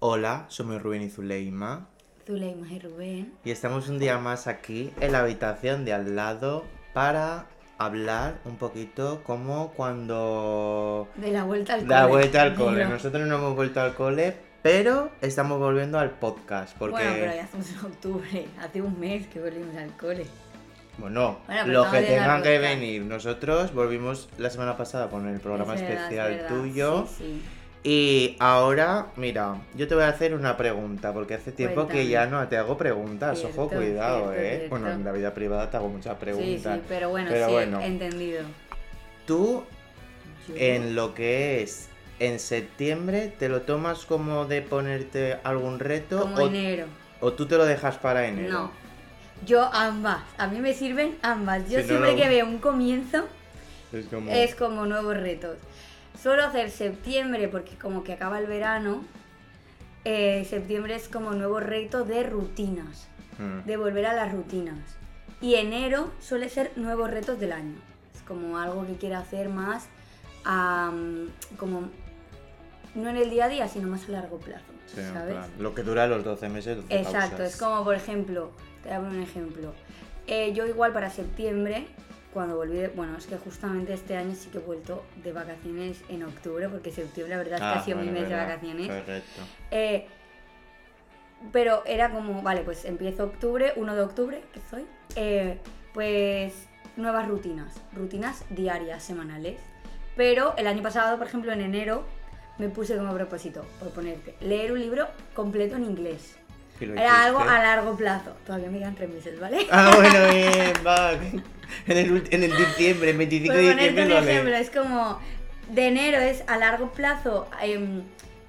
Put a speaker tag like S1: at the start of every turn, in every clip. S1: Hola, somos Rubén y Zuleima
S2: Zuleima y Rubén.
S1: y estamos un día más aquí en la habitación de al lado para hablar un poquito como cuando
S2: De la vuelta al cole.
S1: da vuelta al
S2: Dilo.
S1: cole. Nosotros no hemos vuelto al cole, pero estamos volviendo al podcast porque
S2: Bueno, pero ya estamos en octubre. Hace un mes que volvimos al cole.
S1: Bueno,
S2: pero
S1: los que
S2: estamos de la
S1: tengan que
S2: rueda.
S1: venir. Nosotros volvimos la semana pasada con el programa
S2: Es verdad,
S1: especial
S2: es verdad.
S1: tuyo.
S2: Sí,
S1: Y ahora, mira, yo te voy a hacer una pregunta, porque hace tiempo que
S2: Cuéntame.
S1: ya no te hago preguntas. Ojo,
S2: Cierto,
S1: cuidado,
S2: cierto,
S1: ¿eh?
S2: cierto.
S1: Bueno, en la vida privada te hago muchas
S2: sí. sí,
S1: preguntas.
S2: sí, pero bueno,
S1: Pero
S2: sí,
S1: bueno.
S2: entendido.
S1: Tú,
S2: Yo-
S1: en lo que es en septiembre, ¿te lo tomas como de ponerte algún reto?
S2: Como
S1: o,
S2: enero.
S1: o tú te lo dejas para enero?
S2: No. Yo ambas. A mí me sirven ambas. Yo
S1: Si no, Mm.
S2: siempre
S1: no.
S2: que veo un comienzo
S1: Es como...
S2: es como nuevos retos. Suelo hacer septiembre porque como que acaba el verano. eh, septiembre es como nuevo reto de rutinas.
S1: Mm.
S2: de volver a las rutinas. Y enero suele ser nuevos retos del año. Es como algo que quiero hacer más, am, como no en el día a día, sino más a largo plazo.
S1: Sí, en
S2: ¿Sabes?
S1: plan, lo que dura los 12 meses. 12
S2: Exacto,
S1: pausas. Ah,
S2: es como por ejemplo, te voy a poner un ejemplo. Eh, yo igual para septiembre, cuando volví, de- bueno, es que justamente este año sí que he vuelto de vacaciones en octubre, porque septiembre la verdad es que
S1: Ah,
S2: ha sido
S1: bueno,
S2: mi mes de
S1: verdad,
S2: vacaciones.
S1: Correcto.
S2: Eh, pero era como, vale, pues empiezo octubre, 1 de octubre, que soy, eh, pues nuevas rutinas, rutinas diarias, semanales. Pero el año pasado, por ejemplo, en enero, me puse como propósito, por ponerte, leer un libro completo en inglés.
S1: Y lo
S2: Era algo
S1: hiciste.
S2: a largo plazo. Todavía me quedan tres meses, ¿vale?
S1: Ah, bueno, bien, va. En el, ulti- en el diciembre, el 25
S2: Por
S1: de
S2: ponerte
S1: diciembre
S2: un
S1: lo
S2: ejemplo,
S1: lees.
S2: es como de enero es a largo plazo, em,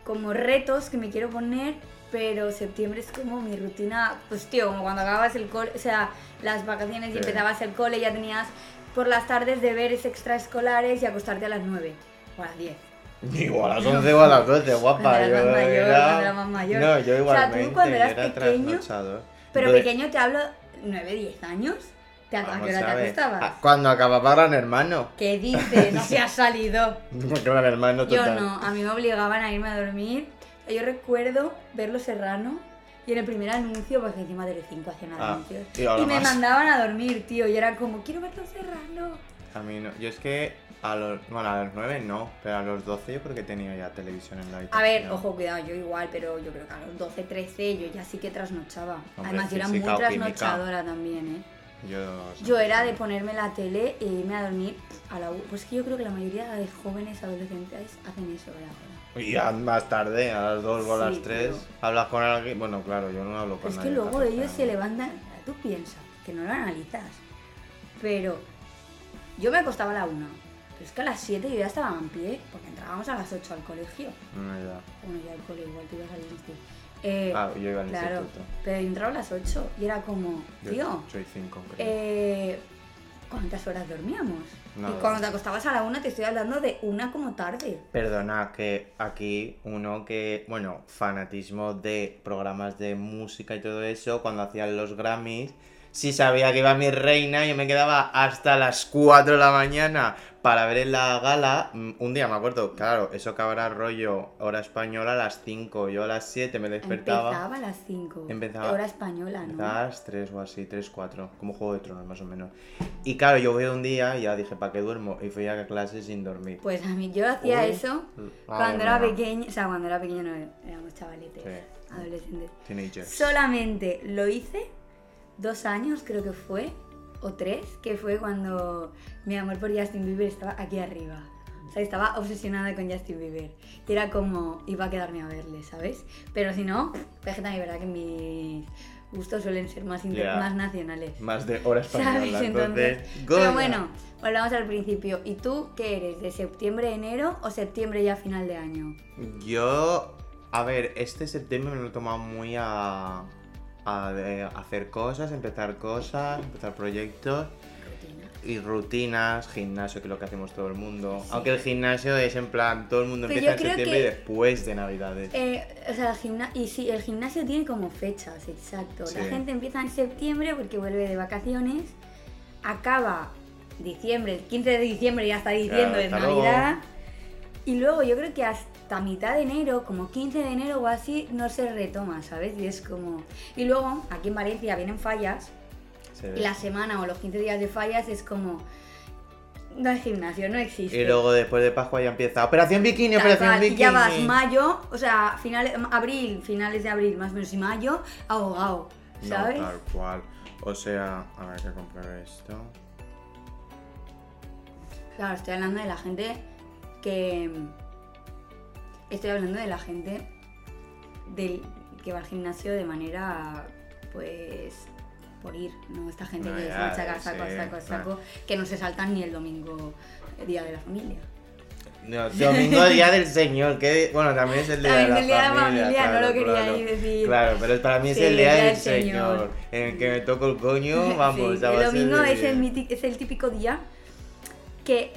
S2: como retos que me quiero poner, pero septiembre es como mi rutina, pues tío, como cuando acababas el cole, o sea, las vacaciones
S1: Sí.
S2: y empezabas el cole, ya tenías por las tardes deberes extraescolares y acostarte a las 9 o a las 10.
S1: Igual a las 11 o a las 12, guapa.
S2: Cuando eras
S1: yo
S2: más mayor,
S1: era-
S2: cuando eras más mayor.
S1: No, yo
S2: O sea,
S1: igualmente.
S2: tú cuando eras
S1: era
S2: pequeño,
S1: trasnochado.
S2: Pero
S1: Entonces,
S2: pequeño te hablo 9, 10 años, ¿te, ¿a
S1: vamos
S2: qué hora
S1: a
S2: te
S1: ver,
S2: acostabas?
S1: ah, Cuando acababa Gran Hermano.
S2: ¿Qué dices? No se ha salido.
S1: Gran Hermano
S2: Yo
S1: total.
S2: no, a mí me obligaban a irme a dormir. O sea, Yo recuerdo ver Los Serrano y en el primer anuncio, porque encima de 5 hacían
S1: Ah,
S2: anuncios.
S1: y ahora
S2: Y me
S1: más.
S2: mandaban a dormir, tío, y era como, quiero ver Los Serrano.
S1: A mí no. Yo es que a los. Bueno, a los 9 no, pero a los 12 yo creo que tenía ya televisión en la
S2: A
S1: habitación.
S2: ver, ojo, cuidado, yo igual, pero yo creo que a los 12, 13 yo ya sí que trasnochaba.
S1: Hombre,
S2: Además, yo era muy
S1: física o química.
S2: trasnochadora también, ¿eh?
S1: Yo,
S2: Yo era de ponerme la tele e irme a dormir a la u. Pues es que yo creo que la mayoría de jóvenes adolescentes hacen eso, ¿verdad?
S1: Y ya más tarde, a las 2 o a las
S2: Sí,
S1: 3,
S2: pero-
S1: hablas con alguien. Bueno, claro, yo no hablo con
S2: Pero es que
S1: nadie.
S2: luego
S1: tampoco,
S2: ellos se
S1: ¿no?
S2: levantan, tú piensas, que no lo analizas, pero yo me acostaba a la una, pero es que a las 7 yo ya estaba en pie, porque entrábamos a las 8 al colegio.
S1: No, ya.
S2: Bueno, ya al cole igual te ibas al instituto. Eh,
S1: Ah, yo iba al
S2: claro,
S1: instituto.
S2: pero yo entraba a las 8 y era como,
S1: Yo
S2: tío,
S1: soy cinco, creo.
S2: eh, ¿cuántas horas dormíamos?
S1: Nada.
S2: Y cuando te acostabas a la una te estoy hablando de una como tarde.
S1: Perdona que aquí uno que, bueno, fanatismo de programas de música y todo eso, cuando hacían los Grammys, si sabía que iba mi reina, yo me quedaba hasta las 4 de la mañana para ver en la gala. Mm, Un día me acuerdo, claro, eso que habrá rollo hora española a las 5, yo a las 7 me despertaba.
S2: Empezaba a las 5.
S1: Empezaba-
S2: Hora española, ¿no?
S1: Quizás tres o así, tres, cuatro, como Juego de Tronos más o menos. Y claro, yo fui un día y ya dije, ¿para qué duermo? Y fui a clase sin dormir.
S2: Pues a mí yo hacía
S1: Uy. ah,
S2: eso
S1: Madre
S2: Cuando era
S1: mía.
S2: pequeña, o sea, cuando era pequeña no éramos chavaletes,
S1: Sí.
S2: adolescentes.
S1: Teenagers.
S2: Solamente lo hice dos años, creo que fue, o tres, que fue cuando mi amor por Justin Bieber estaba aquí arriba. O sea, estaba obsesionada con Justin Bieber. Y era como, iba a quedarme a verle, ¿sabes? Pero si no, es que también es verdad que mis gustos suelen ser más, inter-
S1: Ya.
S2: más nacionales.
S1: Más de hora española,
S2: ¿Sabes?
S1: entonces...
S2: Entonces.
S1: Goya.
S2: Pero bueno, volvamos al principio. ¿Y tú qué eres? ¿De septiembre, enero o septiembre ya final de año?
S1: Yo... A ver, este septiembre me lo he tomado muy a... A de hacer cosas, empezar cosas, empezar proyectos
S2: Rutina.
S1: y rutinas, gimnasio, que es lo que hacemos todo el mundo. Aunque el gimnasio es en plan, todo el mundo
S2: Pero
S1: empieza en
S2: Pues yo creo
S1: septiembre y
S2: que-
S1: después de Navidades.
S2: Eh, o sea, el gimna- y sí, el gimnasio tiene como fechas, exacto. La
S1: Sí.
S2: gente empieza en septiembre porque vuelve de vacaciones, acaba diciembre, el 15 de diciembre ya está diciendo
S1: Claro,
S2: es
S1: hasta luego.
S2: Navidad. Y luego yo creo que hasta a mitad de enero, como 15 de enero o así, no se retoma, ¿sabes? Y es como... Y luego, aquí en Valencia vienen fallas,
S1: Se ve.
S2: y la semana o los 15 días de fallas es como... No hay gimnasio, no existe.
S1: Y luego después de Pascua ya empieza Operación Bikini,
S2: Tal
S1: Operación
S2: cual, y
S1: Bikini.
S2: ya vas mayo, o sea, finales, abril, finales de abril, más o menos, y mayo, ahogado,
S1: No,
S2: ¿sabes?
S1: tal cual. O sea, a ver que comprar esto.
S2: Claro, estoy hablando de la gente que. Estoy hablando de la gente del, que va al gimnasio de manera, pues, por ir, ¿no? Esta gente
S1: No,
S2: que
S1: Ah, ya,
S2: se saca, saco,
S1: sí,
S2: saco,
S1: ah.
S2: saco, que no se saltan ni el domingo, eh, día de la familia.
S1: No, domingo día del señor, que bueno, también es el día
S2: También
S1: de la
S2: el día de la
S1: familia,
S2: familia, no
S1: claro,
S2: lo quería
S1: claro.
S2: ahí decir.
S1: Claro, pero para mí es
S2: Sí,
S1: el día del señor. En el que me toco el coño, vamos,
S2: Sí,
S1: ya va
S2: el
S1: a ser
S2: domingo
S1: de
S2: es el,
S1: bien.
S2: miti- es el típico día que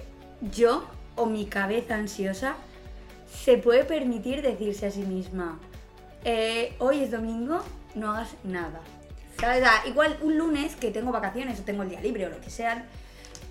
S2: yo o mi cabeza ansiosa se puede permitir decirse a sí misma, eh, hoy es domingo, no hagas nada. ¿Sabes? Ah, Igual un lunes que tengo vacaciones o tengo el día libre o lo que sea,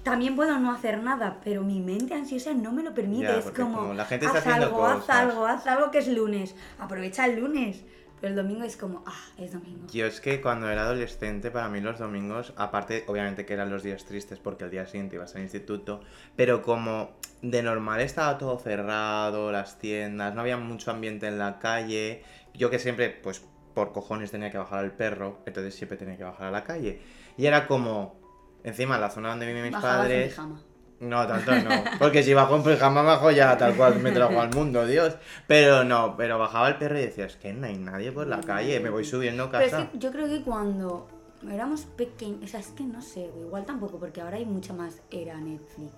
S2: también puedo no hacer nada, pero mi mente ansiosa no me lo permite.
S1: Ya,
S2: es
S1: porque
S2: como,
S1: como la gente está
S2: haz
S1: haciendo
S2: algo, haz
S1: cosas".
S2: algo, haz algo que es lunes. Aprovecha el lunes. Pero el domingo es como, ah, es domingo.
S1: Yo es que cuando era adolescente, para mí los domingos, aparte, obviamente que eran los días tristes porque el día siguiente ibas al instituto, pero como de normal estaba todo cerrado, las tiendas, no había mucho ambiente en la calle, yo que siempre, pues por cojones tenía que bajar al perro, entonces siempre tenía que bajar a la calle. Y era como, encima, la zona donde viven mis
S2: Bajabas en
S1: padres...
S2: pijama.
S1: No, tanto no. Porque si bajo en pijama, bajo ya tal cual me trajo al mundo, Dios. Pero no, pero bajaba el perro y decía, es que no hay nadie por la calle, me voy subiendo a
S2: Pero es
S1: casa.
S2: que yo creo que cuando éramos pequeños, o sea, es que no sé, o igual tampoco, porque ahora hay mucha más era Netflix.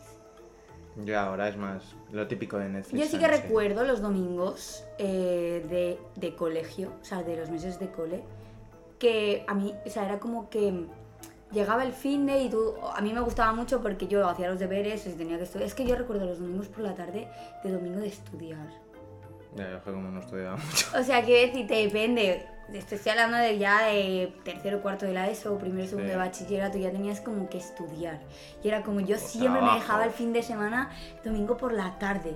S1: Yo ahora es más lo típico de Netflix.
S2: Yo sí que
S1: ¿no?
S2: recuerdo los domingos eh, de, de colegio, o sea, de los meses de cole, que a mí, o sea, era como que llegaba el fin de y tú, a mí me gustaba mucho porque yo hacía los deberes y tenía que estudiar. Es que yo recuerdo los domingos por la tarde de domingo de estudiar.
S1: Ya, yo es que como no estudiaba mucho.
S2: O sea, quiero decirte, depende. Te estoy hablando de ya de tercero, cuarto de la ESO, primero, segundo
S1: Sí.
S2: de bachillerato, ya tenías como que estudiar. Y era como yo siempre
S1: trabajo.
S2: me dejaba el fin de semana, domingo por la tarde.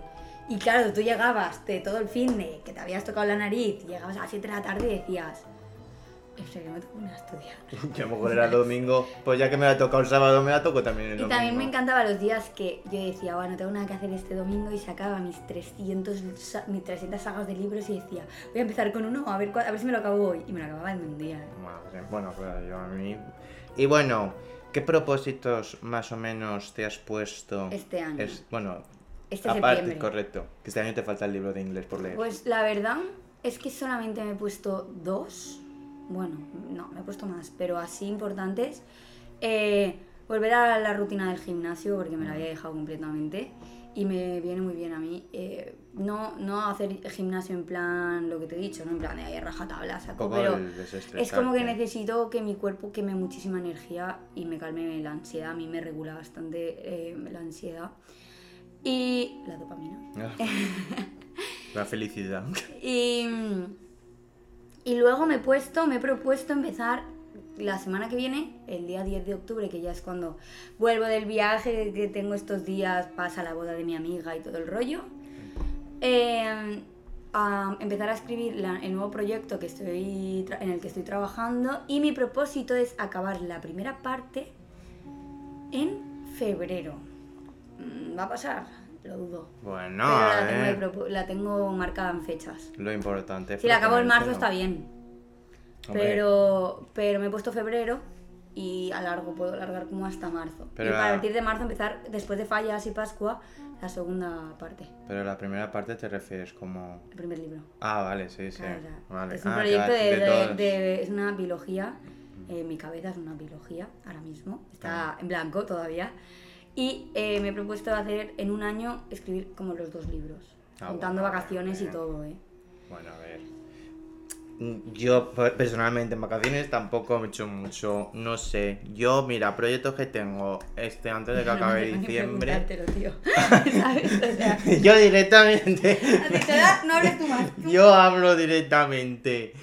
S2: Y claro, tú llegabas de todo el fin de que te habías tocado la nariz, llegabas a las 7 de la tarde y decías, en serio, me tengo que poner a estudiar.
S1: Yo a lo mejor era el domingo, pues ya que me la toca el sábado, me la toco también el
S2: Y
S1: domingo.
S2: también me encantaban los días que yo decía, bueno, tengo nada que hacer este domingo y sacaba mis 300, sa- mis 300 sagas de libros y decía, voy a empezar con uno, a ver, cua- a ver si me lo acabo hoy. Y me lo acababa en un día. ¿eh?
S1: Madre, bueno, claro, yo a mí. Y bueno, ¿qué propósitos más o menos te has puesto?
S2: Este año.
S1: Es, bueno,
S2: Este
S1: aparte,
S2: septiembre.
S1: correcto. Que este año te falta el libro de inglés por leer.
S2: Pues la verdad es que solamente me he puesto dos, bueno, no, me he puesto más, pero así importantes. Eh, volver a la rutina del gimnasio porque me la había dejado completamente y me viene muy bien a mí. eh, no, no hacer gimnasio en plan lo que te he dicho, no en plan de ahí rajatabla,
S1: Un
S2: saco,
S1: poco
S2: pero
S1: el desestresarte.
S2: es como que necesito que mi cuerpo queme muchísima energía y me calme la ansiedad. A mí me regula bastante eh, la ansiedad y la dopamina.
S1: Ah. La felicidad.
S2: Y, y luego me he puesto, me he propuesto empezar la semana que viene, el día 10 de octubre, que ya es cuando vuelvo del viaje que tengo estos días, pasa la boda de mi amiga y todo el rollo. eh, a empezar a escribir la- el nuevo proyecto que estoy tra- en el que estoy trabajando y mi propósito es acabar la primera parte en febrero. Mm, ¿Va a pasar? Lo dudo.
S1: Bueno,
S2: Pero
S1: a
S2: la tengo, de
S1: ver,
S2: propo- la tengo marcada en fechas.
S1: Lo importante. es
S2: Si la acabo en marzo
S1: proponértelo.
S2: está bien.
S1: Hombre.
S2: Pero, pero me he puesto febrero y alargo, puedo alargar como hasta marzo.
S1: Pero
S2: y
S1: la-
S2: para partir de marzo empezar, después de fallas y Pascua, la segunda parte,
S1: Pero la primera parte te refieres como...
S2: el primer libro.
S1: Ah, vale, sí, sí.
S2: Claro, o sea,
S1: vale.
S2: Es un
S1: Ah,
S2: proyecto
S1: claro,
S2: de,
S1: todos.
S2: de- de- es una biología. eh, mi cabeza es una biología ahora mismo. Está
S1: Claro.
S2: en blanco todavía. Y eh, me he propuesto hacer en un año escribir como los dos libros.
S1: Ah,
S2: contando
S1: bueno,
S2: vacaciones y
S1: bueno.
S2: todo, ¿eh?
S1: Bueno, a ver. Yo per- personalmente en vacaciones tampoco he hecho mucho, no sé. Yo, mira, proyectos que tengo este antes de que
S2: No me
S1: acabe
S2: dejan ni
S1: diciembre.
S2: preguntártelo, tío. ¿Sabes? O sea,
S1: Yo directamente...
S2: a ti te da, no hables tú más.
S1: Yo hablo directamente.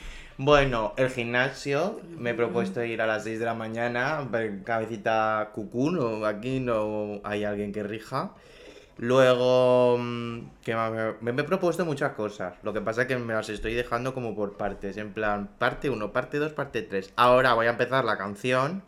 S1: Bueno, el gimnasio, me he propuesto ir a las 6 de la mañana, ver cabecita cucú, no, aquí no hay alguien que rija. Luego, mm, ¿qué más? Me, me he propuesto muchas cosas. Lo que pasa es que me las estoy dejando como por partes. En plan, parte 1, parte 2, parte 3. Ahora voy a empezar la canción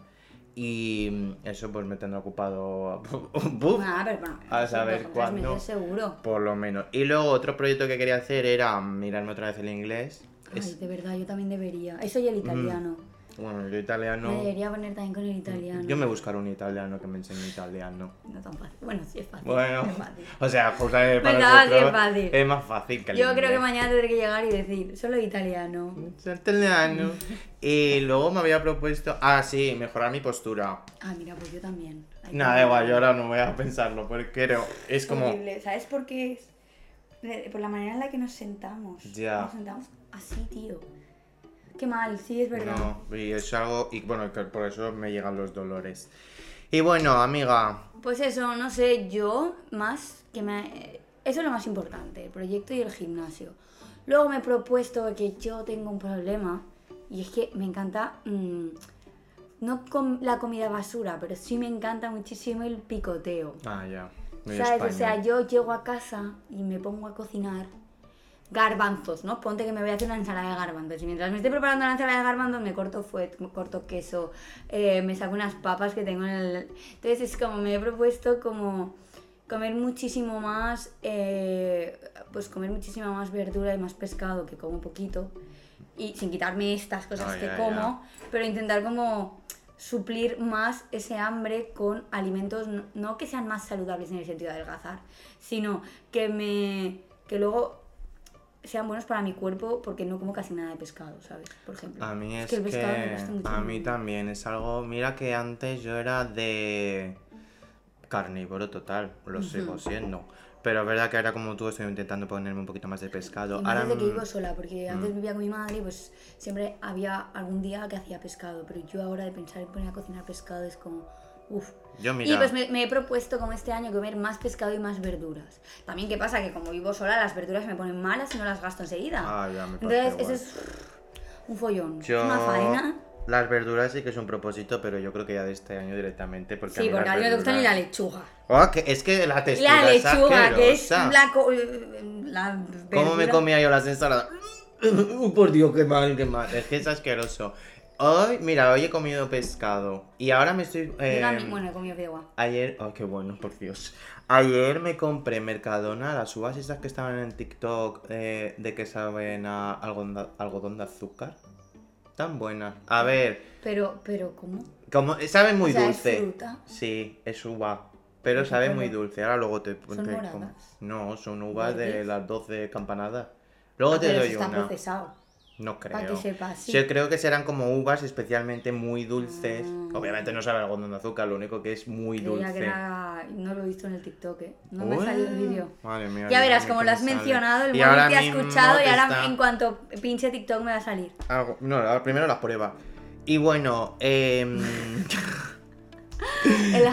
S1: y mm, eso pues me tendrá ocupado buf,
S2: Ah, pero bueno,
S1: A
S2: eso
S1: saber
S2: dos o tres
S1: cuándo.
S2: meses seguro.
S1: por lo menos. Y luego otro proyecto que quería hacer era mirarme otra vez el inglés. Es-
S2: Ay,
S1: Mm,
S2: de verdad, yo también debería. Eso y el italiano.
S1: bueno, yo italiano...
S2: Me debería poner también con el italiano.
S1: Yo me buscaré un italiano que me enseñe italiano.
S2: No tan fácil. Bueno, sí es fácil.
S1: Bueno,
S2: es fácil.
S1: o sea, pues, eh, para
S2: Venga, va, sí,
S1: nosotros
S2: es fácil.
S1: es más fácil que el
S2: Yo creo que
S1: inglés.
S2: mañana tendré que llegar y decir, solo italiano.
S1: Italiano. Y luego me había propuesto. Ah, sí, mejorar mi postura.
S2: Ah, mira, pues yo también. Ay,
S1: Nada, da igual, yo ahora no voy a pensarlo porque creo. Es
S2: Es
S1: como.
S2: horrible. ¿Sabes por qué es? De- Por la manera en la que nos sentamos.
S1: Ya.
S2: Nos sentamos así, tío. Qué mal, sí, es verdad.
S1: No, y es algo. Y bueno, que por eso me llegan los dolores. Y bueno, amiga.
S2: Pues eso, no sé, yo más que me... eh, Eso es lo más importante, el proyecto y el gimnasio. Luego me he propuesto que yo tengo un problema y es que me encanta, mm, no com- la comida basura, pero sí me encanta muchísimo el picoteo.
S1: Ah, ya. muy
S2: ¿Sabes? O
S1: español.
S2: sea, yo llego a casa y me pongo a cocinar garbanzos, ¿no? Ponte que me voy a hacer una ensalada de garbanzos. Y mientras me estoy preparando la ensalada de garbanzos, me corto fuet, me corto queso, eh, me saco unas papas que tengo en el. Entonces es como me he propuesto como comer muchísimo más, eh, pues comer muchísima más verdura y más pescado, que como poquito, y sin quitarme estas cosas
S1: Ah,
S2: que
S1: ya, ya.
S2: como, pero intentar como suplir más ese hambre con alimentos no- no que sean más saludables en el sentido de adelgazar, sino que me que luego sean buenos para mi cuerpo porque no como casi nada de pescado, ¿sabes? Por ejemplo.
S1: A mí es
S2: el
S1: que,
S2: pescado me gusta mucho.
S1: a mí también es algo, mira que antes yo era de carnívoro total, lo sigo siendo, pero es verdad que ahora como tú estoy intentando ponerme un poquito más de pescado.
S2: Y más
S1: Ahora
S2: desde que
S1: mm,
S2: vivo sola, porque antes vivía con mi madre y pues siempre había algún día que hacía pescado, pero yo ahora de pensar en poner a cocinar pescado es como, uff.
S1: yo
S2: Y
S1: mira,
S2: pues me, me he propuesto como este año comer más pescado y más verduras. También qué pasa que como vivo sola las verduras me ponen malas y no las gasto enseguida.
S1: Ah, ya, me parece
S2: Entonces eso
S1: guay.
S2: es un follón, es
S1: yo-
S2: una faena.
S1: las verduras sí que es un propósito, pero yo creo que ya de este año directamente porque
S2: Sí,
S1: mí
S2: porque
S1: las
S2: a mí no te gusta ni la
S1: verduras-
S2: lechuga.
S1: Oh, que- es que la
S2: Y
S1: textura
S2: la
S1: es
S2: lechuga, que es
S1: asquerosa.
S2: la, co- eh, la
S1: ¿Cómo me
S2: verdura.
S1: comía yo las ensaladas? Uh, por Dios, qué mal, qué mal. Es que es asqueroso. Hoy, mira, hoy he comido pescado. Y ahora me estoy.
S2: Yo
S1: eh,
S2: también, bueno, he comido fideuá.
S1: Ayer. Oh, qué bueno, por Dios. Ayer me compré en Mercadona las uvas esas que estaban en TikTok eh, de que saben a algodón de- algodón de azúcar. Tan buenas. A ver,
S2: Pero, pero, ¿cómo?
S1: como, saben muy
S2: O sea, ¿es
S1: dulce.
S2: fruta?
S1: Sí, es uva. Pero
S2: Ujú,
S1: sabe
S2: pero-
S1: muy dulce. Ahora luego te
S2: ¿Son
S1: te-
S2: moradas?
S1: como- No, son uvas de
S2: ¿Verdes?
S1: las 12 campanadas. Luego
S2: Ah,
S1: te
S2: pero
S1: doy
S2: eso está
S1: una.
S2: procesado.
S1: No creo.
S2: Para que sepas, sí.
S1: Yo creo que serán como uvas especialmente muy dulces.
S2: Mm.
S1: Obviamente no sabe algodón de azúcar, lo único que es muy
S2: Creía
S1: dulce.
S2: que era- No lo he visto en el TikTok, ¿eh? No me salió el
S1: Ué,
S2: vídeo.
S1: Madre mía.
S2: Ya
S1: Dios
S2: verás,
S1: mío,
S2: como
S1: que
S2: lo
S1: me
S2: has
S1: sale.
S2: mencionado, el
S1: Y
S2: móvil te ha
S1: mismo
S2: escuchado y
S1: te
S2: ahora
S1: está-
S2: en cuanto pinche TikTok me va a salir.
S1: algo- No, ahora primero las pruebas. Y bueno, em,
S2: El-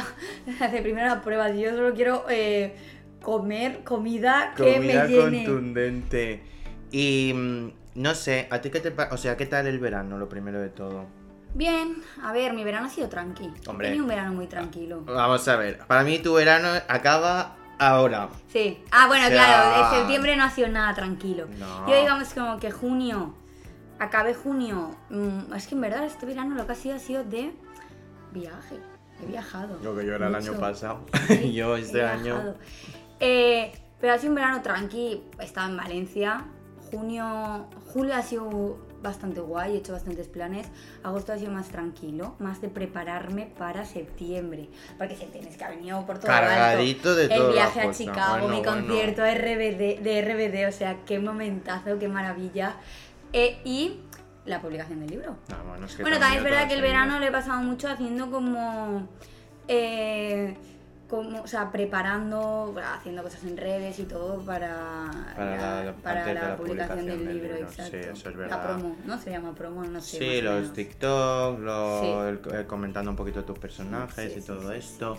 S2: Hace primero la prueba, yo solo quiero eh, comer comida que
S1: comida
S2: me llene.
S1: contundente. Y mm, no sé, ¿a ti qué te pa- O sea, ¿qué tal el verano, lo primero de todo?
S2: Bien, a ver, mi verano ha sido tranquilo.
S1: Hombre.
S2: He tenido un verano muy tranquilo.
S1: Vamos a ver, para mí tu verano acaba ahora.
S2: Sí. Ah, bueno,
S1: O sea-
S2: claro, en septiembre no ha sido nada tranquilo.
S1: No.
S2: Yo digamos como que junio, acabé junio. mm, es que en verdad este verano lo que ha sido ha sido de viaje. He viajado.
S1: Lo que yo era el
S2: mucho.
S1: año pasado.
S2: Sí,
S1: yo
S2: he
S1: este año.
S2: viajado. Eh, pero ha sido un verano tranqui. He estado en Valencia. Junio, julio ha sido bastante guay, he hecho bastantes planes. Agosto ha sido más tranquilo, más de prepararme para septiembre. Porque septiembre es que ha venido por todo lo alto.
S1: Cargadito de toda
S2: El
S1: la
S2: viaje a
S1: cosa.
S2: Chicago,
S1: Bueno,
S2: mi
S1: bueno.
S2: concierto RBD, de RBD, o sea, qué momentazo, qué maravilla. Eh, y la publicación del libro.
S1: Ah, bueno, es que
S2: Bueno, también es
S1: otra
S2: verdad que el
S1: serie.
S2: verano lo he pasado mucho haciendo como. eh, como o sea, preparando, haciendo cosas en redes y todo para,
S1: Para la- la-
S2: para
S1: antes
S2: la
S1: de la
S2: publicación del libro,
S1: sí,
S2: exacto.
S1: eso es verdad.
S2: La promo, ¿no? Se llama promo, no sé. más
S1: Sí,
S2: o
S1: los
S2: menos.
S1: TikTok, lo-
S2: Sí.
S1: el- el comentando un poquito tus personajes
S2: Sí,
S1: y
S2: sí,
S1: todo
S2: sí,
S1: esto.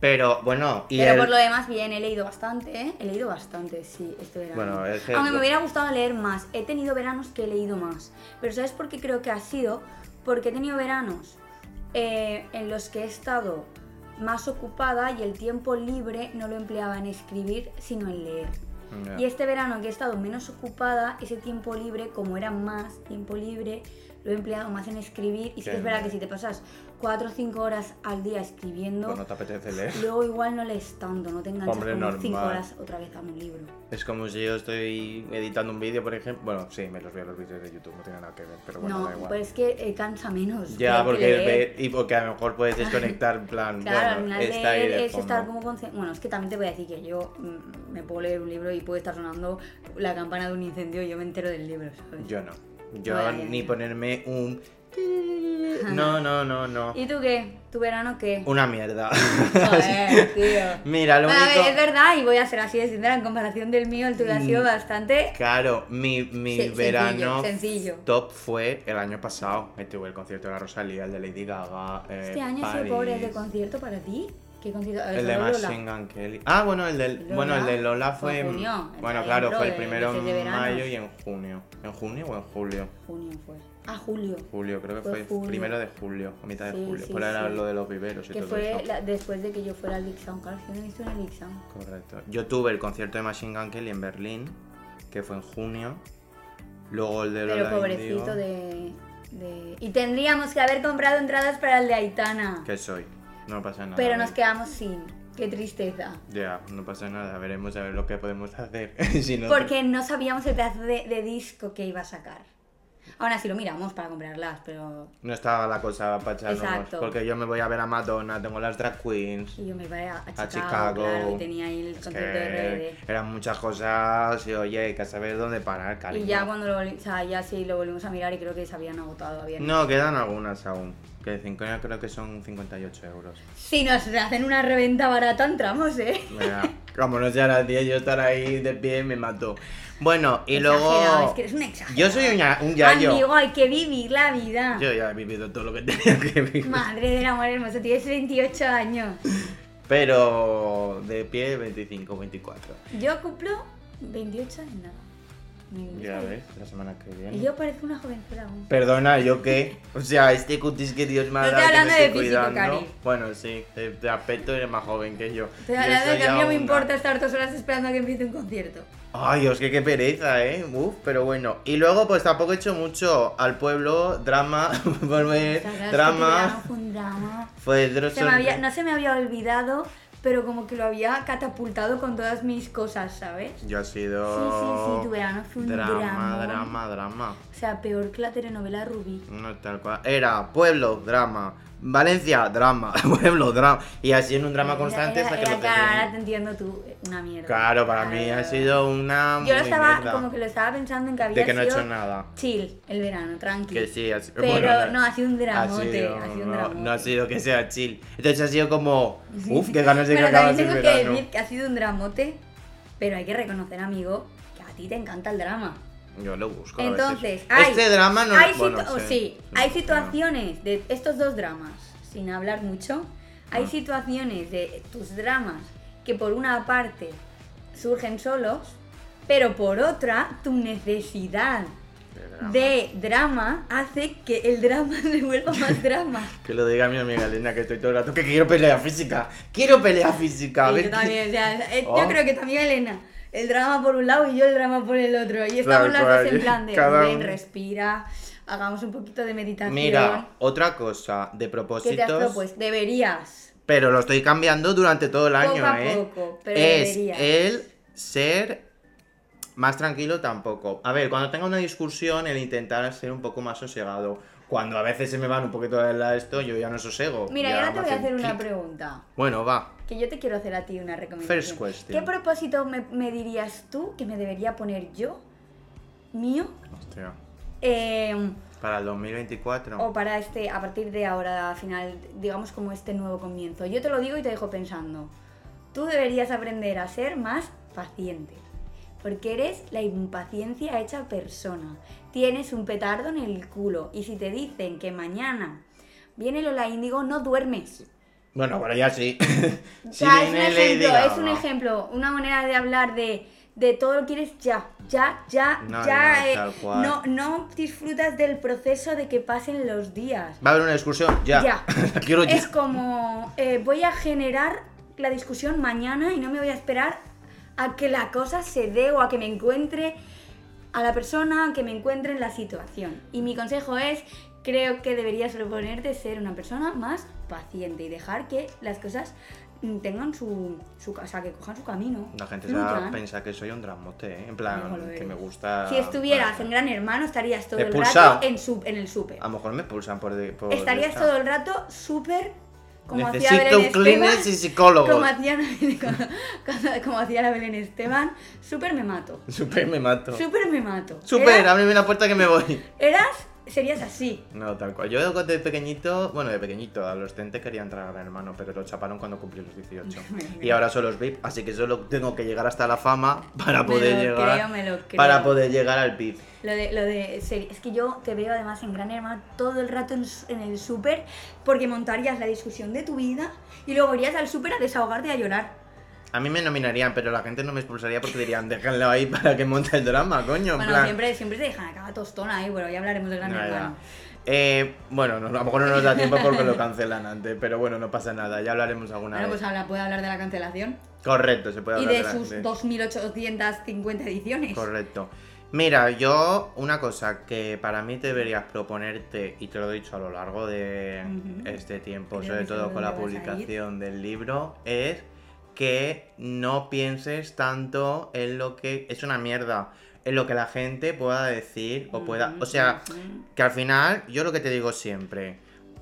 S1: Pero bueno, y
S2: Pero
S1: el-
S2: por lo demás, bien, he leído bastante, ¿eh? He leído bastante, sí, este verano.
S1: Bueno, es que-
S2: Aunque me hubiera gustado leer más. He tenido veranos que he leído más. Pero ¿sabes por qué creo que ha sido? Porque he tenido veranos eh, en los que he estado más ocupada y el tiempo libre no lo empleaba en escribir, sino en leer.
S1: Ya.
S2: Y este verano que he estado menos ocupada, ese tiempo libre, como era más tiempo libre, lo he empleado más en escribir. Y sí que es
S1: Bien.
S2: verdad que si te pasas 4 o 5 horas al día escribiendo,
S1: Pues no te apetece leer.
S2: luego igual no lees tanto, no te enganchas
S1: Hombre,
S2: como 5
S1: normal.
S2: horas otra vez a un libro.
S1: Es como si yo estoy editando un vídeo, por ejemplo. Bueno, sí, me los veo los vídeos de YouTube, no tiene nada que ver, pero bueno, da
S2: no,
S1: igual.
S2: pues es que eh, cansa menos.
S1: ya,
S2: creo que
S1: porque,
S2: leer.
S1: ve- y porque a lo mejor puedes desconectar, en plan,
S2: Claro, al
S1: bueno,
S2: final
S1: está ahí
S2: leer
S1: de
S2: es estar
S1: fondo.
S2: como conce- Bueno, es que también te voy a decir que yo mm, me puedo leer un libro y puede estar sonando la campana de un incendio y yo me entero del libro, ¿sabes?
S1: Yo no. Yo
S2: Vaya,
S1: ni
S2: ya.
S1: ponerme un... No, no, no, no.
S2: ¿Y tú qué? ¿Tu verano qué?
S1: Una mierda.
S2: Joder, tío.
S1: Mira, lo
S2: Bueno, a ver, es
S1: único...
S2: verdad, y voy a ser así de sincera, en comparación del mío, el tuyo ha sido
S1: Mm.
S2: bastante
S1: Claro, mi, mi
S2: se- sencillo,
S1: verano
S2: sencillo.
S1: top fue el año pasado. Estuve el concierto de la Rosalía, el de Lady Gaga. eh,
S2: Este año ha sido pobre el de
S1: París.
S2: concierto para ti. ¿Qué concierto?
S1: El de Machine Gun Kelly. Ah, bueno, el del,
S2: Lola.
S1: bueno, el de Lola
S2: Fue
S1: fue.
S2: en
S1: en-
S2: junio,
S1: bueno,
S2: en-
S1: claro,
S2: dentro
S1: fue el
S2: de
S1: primero
S2: meses de
S1: en
S2: verano.
S1: mayo y en junio. ¿En junio o en julio?
S2: Junio fue. Ah, julio.
S1: Julio, creo que
S2: Fue
S1: fue,
S2: julio.
S1: primero de julio, a mitad
S2: Sí,
S1: de julio.
S2: sí,
S1: Por ahora
S2: sí.
S1: lo de los viveros y
S2: Que
S1: todo
S2: fue
S1: eso.
S2: la- después de que yo fuera al Big Sound. Claro, yo no he visto en el Big Sound.
S1: Correcto. Yo tuve el concierto de Machine Gun Kelly en Berlín, que fue en junio. Luego el de Lola.
S2: Pero pobrecito
S1: Indigo.
S2: de, de- Y tendríamos que haber comprado entradas para el de Aitana.
S1: Que soy. No pasa nada.
S2: Pero
S1: a
S2: nos
S1: ver.
S2: quedamos sin. Qué tristeza.
S1: Ya, no pasa nada. Veremos a ver lo que podemos hacer. si no
S2: Porque no sabíamos el pedazo de, de disco que iba a sacar. Aún así lo miramos para comprarlas, pero...
S1: No estaba la cosa para echarnos.
S2: Exacto.
S1: Porque yo me voy a ver a Madonna, tengo las drag queens.
S2: Y yo me iba a, a Chicago,
S1: Chicago.
S2: claro, y tenía ahí el
S1: Es
S2: concierto de
S1: que eran muchas cosas y oye, hay que saber dónde parar,
S2: RBD.
S1: cariño.
S2: Y ya cuando lo, volvi- o sea, ya sí lo volvimos a mirar y creo que se habían agotado. Habían...
S1: No, quedan algunas aún. Que 5 años creo que son 58 euros.
S2: Si nos hacen una reventa barata entramos, ¿eh?
S1: Mira, como no sea a las 10, yo estar ahí de pie me mató. Bueno, y
S2: Exagerado,
S1: luego.
S2: es que eres un exagerado.
S1: Yo soy un, ya- un yayo.
S2: Amigo, hay que vivir la vida.
S1: Yo ya he vivido todo lo que tenía que vivir.
S2: Madre del amor hermoso, tienes 28 años.
S1: Pero de pie 25, 24.
S2: Yo cumplo 28 en nada. Ni-
S1: Ya ves, la semana que viene.
S2: Y yo parezco una jovencita aún.
S1: Perdona, ¿yo qué? O sea, este cutis que Dios me ha
S2: No
S1: dado
S2: estoy
S1: que me
S2: hablando de
S1: estoy
S2: físico,
S1: cuidando.
S2: Cari.
S1: Bueno, sí, de, de aspecto eres más joven que yo.
S2: Pero
S1: Yo
S2: la verdad
S1: soy
S2: que a mí no me
S1: aún
S2: importa estar dos horas esperando a que empiece un concierto.
S1: una- Ay, Dios, que qué pereza, ¿eh? Uf, pero bueno. Y luego, pues tampoco he hecho mucho al pueblo, drama, volver,
S2: Sabrás que tu verano
S1: Eh, drama.
S2: fue un drama.
S1: Fue de
S2: Se me había- no se me había olvidado, pero como que lo había catapultado con todas mis cosas, ¿sabes?
S1: Yo he sido...
S2: Sí, sí, sí, tu verano fue un
S1: drama.
S2: dramón.
S1: Drama, drama,
S2: O sea, peor que la telenovela Rubí.
S1: No tal cual. Era pueblo, drama. Valencia, drama. Pueblo, drama. Y así en un drama
S2: Era-
S1: constante
S2: era-
S1: hasta que
S2: era
S1: lo
S2: que ahora te
S1: terminé.
S2: entiendo tú, eh, una mierda.
S1: Claro, para
S2: Claro.
S1: mí ha sido una...
S2: Yo lo
S1: muy
S2: estaba,
S1: mierda.
S2: como que lo estaba pensando en que había
S1: De que no he
S2: sido
S1: hecho nada.
S2: chill el verano, tranqui.
S1: Que sí, ha sido-
S2: Pero
S1: bueno,
S2: no, ha sido un dramote, ha sido, un
S1: no,
S2: dramote.
S1: no ha sido que sea chill. Entonces ha sido como, uff, qué ganas de que
S2: Pero
S1: acabas
S2: también
S1: el
S2: tengo que
S1: verano.
S2: decir que ha sido un dramote, pero hay que reconocer, amigo, que a ti te encanta el drama.
S1: Yo lo busco. a veces.
S2: Entonces, hay,
S1: este drama no
S2: hay
S1: bueno,
S2: situ-
S1: sí,
S2: sí,
S1: no,
S2: hay
S1: no.
S2: situaciones de estos dos dramas, sin hablar mucho, hay
S1: Ah.
S2: situaciones de tus dramas que por una parte surgen solos, pero por otra tu necesidad
S1: Qué drama.
S2: de drama hace que el drama se vuelva más drama.
S1: Que lo diga mi amiga Elena, que estoy todo el rato. Que quiero pelea física. Quiero pelea física. a
S2: Y
S1: ver
S2: yo
S1: qué-
S2: también, o sea, eh,
S1: Oh.
S2: yo creo que también Elena. El drama por un lado y yo el drama por el otro. Y
S1: Tal
S2: estamos las dos
S1: cual,
S2: en plan de,
S1: cada
S2: ven,
S1: uno.
S2: respira, hagamos un poquito de meditación.
S1: Mira, otra cosa de
S2: ¿Qué te has
S1: propósitos.
S2: propuesto? Deberías.
S1: Pero lo estoy cambiando durante todo el año,
S2: poco a
S1: ¿eh?
S2: poco, pero
S1: es
S2: deberías.
S1: el ser más tranquilo tampoco. A ver, cuando tenga una discusión, el intentar ser un poco más sosegado. Cuando a veces se me van un poquito de la esto, yo ya no sosego.
S2: Mira, y
S1: ya
S2: ahora
S1: me
S2: te voy a
S1: hace
S2: hacer
S1: un
S2: una
S1: clic.
S2: pregunta.
S1: Bueno, va.
S2: Que yo te quiero hacer a ti una recomendación.
S1: First question.
S2: ¿Qué propósito me, me dirías tú que me debería poner yo, mío,
S1: Hostia.
S2: eh,
S1: Para el 2024.
S2: o para este, a partir de ahora, al final, digamos como este nuevo comienzo? Yo te lo digo y te dejo pensando. Tú deberías aprender a ser más paciente. Porque eres la impaciencia hecha persona. Tienes un petardo en el culo. Y si te dicen que mañana viene Lola Índigo, no duermes.
S1: Bueno, para ya sí.
S2: O
S1: Si
S2: sea, es un
S1: viene Lady
S2: ejemplo, es un
S1: Gaga.
S2: ejemplo, una manera de hablar de de todo lo quieres ya, ya, ya,
S1: No,
S2: ya.
S1: no,
S2: eh,
S1: tal cual.
S2: no, no disfrutas del proceso de que pasen los días.
S1: Va a haber una excursión, ya.
S2: Ya.
S1: La quiero ya.
S2: Es como, eh, voy a generar la discusión mañana y no me voy a esperar a que la cosa se dé o a que me encuentre a la persona, a que me encuentre en la situación. Y mi consejo es, creo que deberías proponerte ser una persona más paciente y dejar que las cosas mm, tengan su, su o sea, que cojan su camino.
S1: La gente se va a
S2: fluyan.
S1: pensar que soy un dramote, ¿eh? En
S2: Amigo, lo
S1: plan, que
S2: eres.
S1: me gusta.
S2: Si estuvieras en
S1: Vale.
S2: Gran Hermano estarías todo el
S1: Expulsado.
S2: rato en, su, en el súper.
S1: A lo mejor me pulsan por. de- por
S2: Estarías
S1: esta.
S2: todo el rato súper como hacía
S1: Necesito
S2: Belén
S1: un Kleenex
S2: Esteban.
S1: y psicólogo.
S2: Como hacía, cuando- cuando- como hacía la Belén Esteban, súper me mato.
S1: Super, me mato.
S2: Súper me mato.
S1: Super,
S2: Era-
S1: ábreme la puerta que me voy.
S2: eras, serías así.
S1: No, tal cual. Yo de pequeñito, bueno, de pequeñito, a los 30 quería entrar a Gran Hermano, pero lo chaparon cuando cumplí los 18. y ahora son los VIP, así que solo tengo que llegar hasta la fama para
S2: Me
S1: poder
S2: lo
S1: llegar.
S2: creo, me lo creo.
S1: Para poder llegar al VIP.
S2: Lo de, lo de ser- es que yo te veo además en Gran Hermano todo el rato en, s- en el súper porque montarías la discusión de tu vida y luego irías al súper a desahogarte y a llorar.
S1: A mí me nominarían, pero la gente no me expulsaría porque dirían, déjalo ahí para que monte el drama, coño. en
S2: Bueno,
S1: plan,
S2: siempre, siempre te dejan acá tostona ahí, bueno, ya hablaremos de Gran
S1: nada.
S2: Hermano.
S1: Eh, bueno, no, a lo mejor no nos da tiempo porque lo cancelan antes, pero bueno, no pasa nada, ya hablaremos alguna
S2: Bueno,
S1: vez.
S2: pues habla, puede hablar de la cancelación
S1: Correcto, se puede
S2: y
S1: hablar
S2: de
S1: la-
S2: sus
S1: de-
S2: 2.850 ediciones.
S1: Correcto. Mira, yo una cosa que para mí deberías proponerte, y te lo he dicho a lo largo de
S2: Ujú.
S1: este tiempo,
S2: Creo
S1: sobre
S2: que sé
S1: todo con la
S2: dónde vas a ir.
S1: publicación del libro, es que no pienses tanto en lo que es una mierda, en lo que la gente pueda decir o pueda...
S2: Mm,
S1: O sea,
S2: Ujú.
S1: que al final, yo lo que te digo siempre,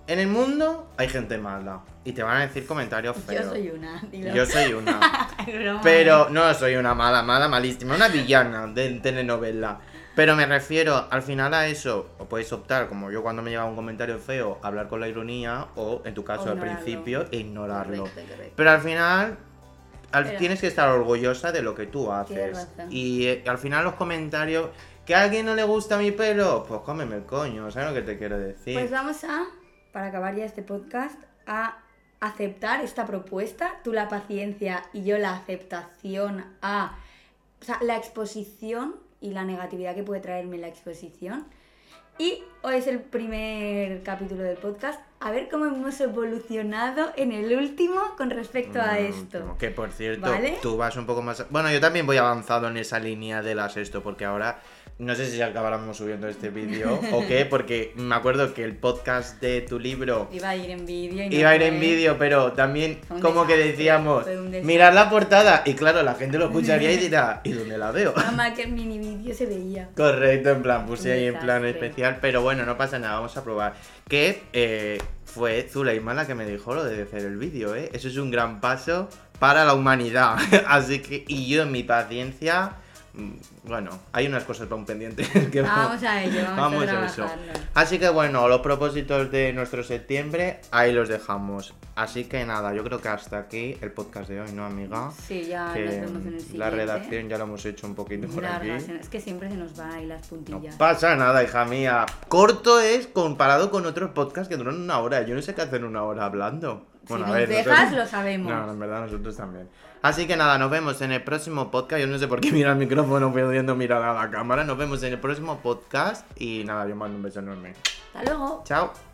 S1: en el mundo hay gente mala y te van a decir comentarios feos.
S2: Yo soy una, dilo.
S1: Yo soy una.
S2: Es broma. eh.
S1: Pero no soy una mala, mala, malísima, una villana de telenovela. Pero me refiero al final a eso, o puedes optar, como yo cuando me llega un comentario feo, hablar con la ironía o en tu caso al
S2: Ignorarlo.
S1: principio ignorarlo.
S2: Correcto, correcto.
S1: Pero al final al-
S2: Pero-
S1: tienes que estar orgullosa de lo que tú haces.
S2: razón.
S1: Y eh, al final los comentarios, que a alguien no le gusta mi pelo, pues cómeme el coño, ¿sabes lo que te quiero decir?
S2: Pues vamos a, para acabar ya este podcast, a aceptar esta propuesta, tú la paciencia y yo la aceptación a, o sea, la exposición y la negatividad que puede traerme la exposición. Y hoy es el primer capítulo del podcast, a ver cómo hemos evolucionado en el último con respecto a
S1: Mm,
S2: esto.
S1: Que por cierto,
S2: ¿Vale?
S1: tú vas un poco más. Bueno, yo también voy avanzado en esa línea de las esto, porque ahora no sé si acabáramos subiendo este vídeo o qué, porque me acuerdo que el podcast de tu libro
S2: Iba a ir en vídeo. y no
S1: iba a ir en
S2: fue.
S1: vídeo, pero también
S2: Fue un
S1: como que
S2: desastre,
S1: decíamos,
S2: fue un desastre.
S1: mirad la portada, y claro, la gente lo escucharía y dirá, ¿y dónde la veo?
S2: Nada más que el mini vídeo se veía.
S1: Correcto, en plan, puse
S2: Un
S1: ahí en plan
S2: desastre.
S1: especial, pero bueno, no pasa nada, vamos a probar. Que eh, fue Zuleima la que me dijo lo de hacer el vídeo, ¿eh? Eso es un gran paso para la humanidad. Así que, y yo en mi paciencia, mm, bueno, hay unas cosas para un pendiente. que
S2: Vamos a ello, vamos,
S1: Vamos
S2: a
S1: a eso.
S2: trabajarlo.
S1: Así que bueno, los propósitos de nuestro septiembre, ahí los dejamos. Así que nada, yo creo que hasta aquí el podcast de hoy, ¿no, amiga?
S2: Sí, ya
S1: Que,
S2: nos vemos en el
S1: mm,
S2: siguiente.
S1: la redacción ya lo hemos hecho un poquito por
S2: Larga,
S1: aquí.
S2: se- es que siempre se nos van ahí las
S1: No
S2: puntillas.
S1: pasa nada, hija mía. Corto es comparado con otros podcasts que duran una hora. Yo no sé qué hacen una hora hablando.
S2: si
S1: a ver,
S2: nos dejas,
S1: nosotros-
S2: lo sabemos.
S1: No, no, en verdad nosotros también. Así que nada, nos vemos en el próximo podcast. Yo no sé por qué mira al micrófono pudiendo mirar a la cámara. Nos vemos en el próximo podcast. Y nada, yo mando un beso enorme.
S2: Hasta luego.
S1: Chao.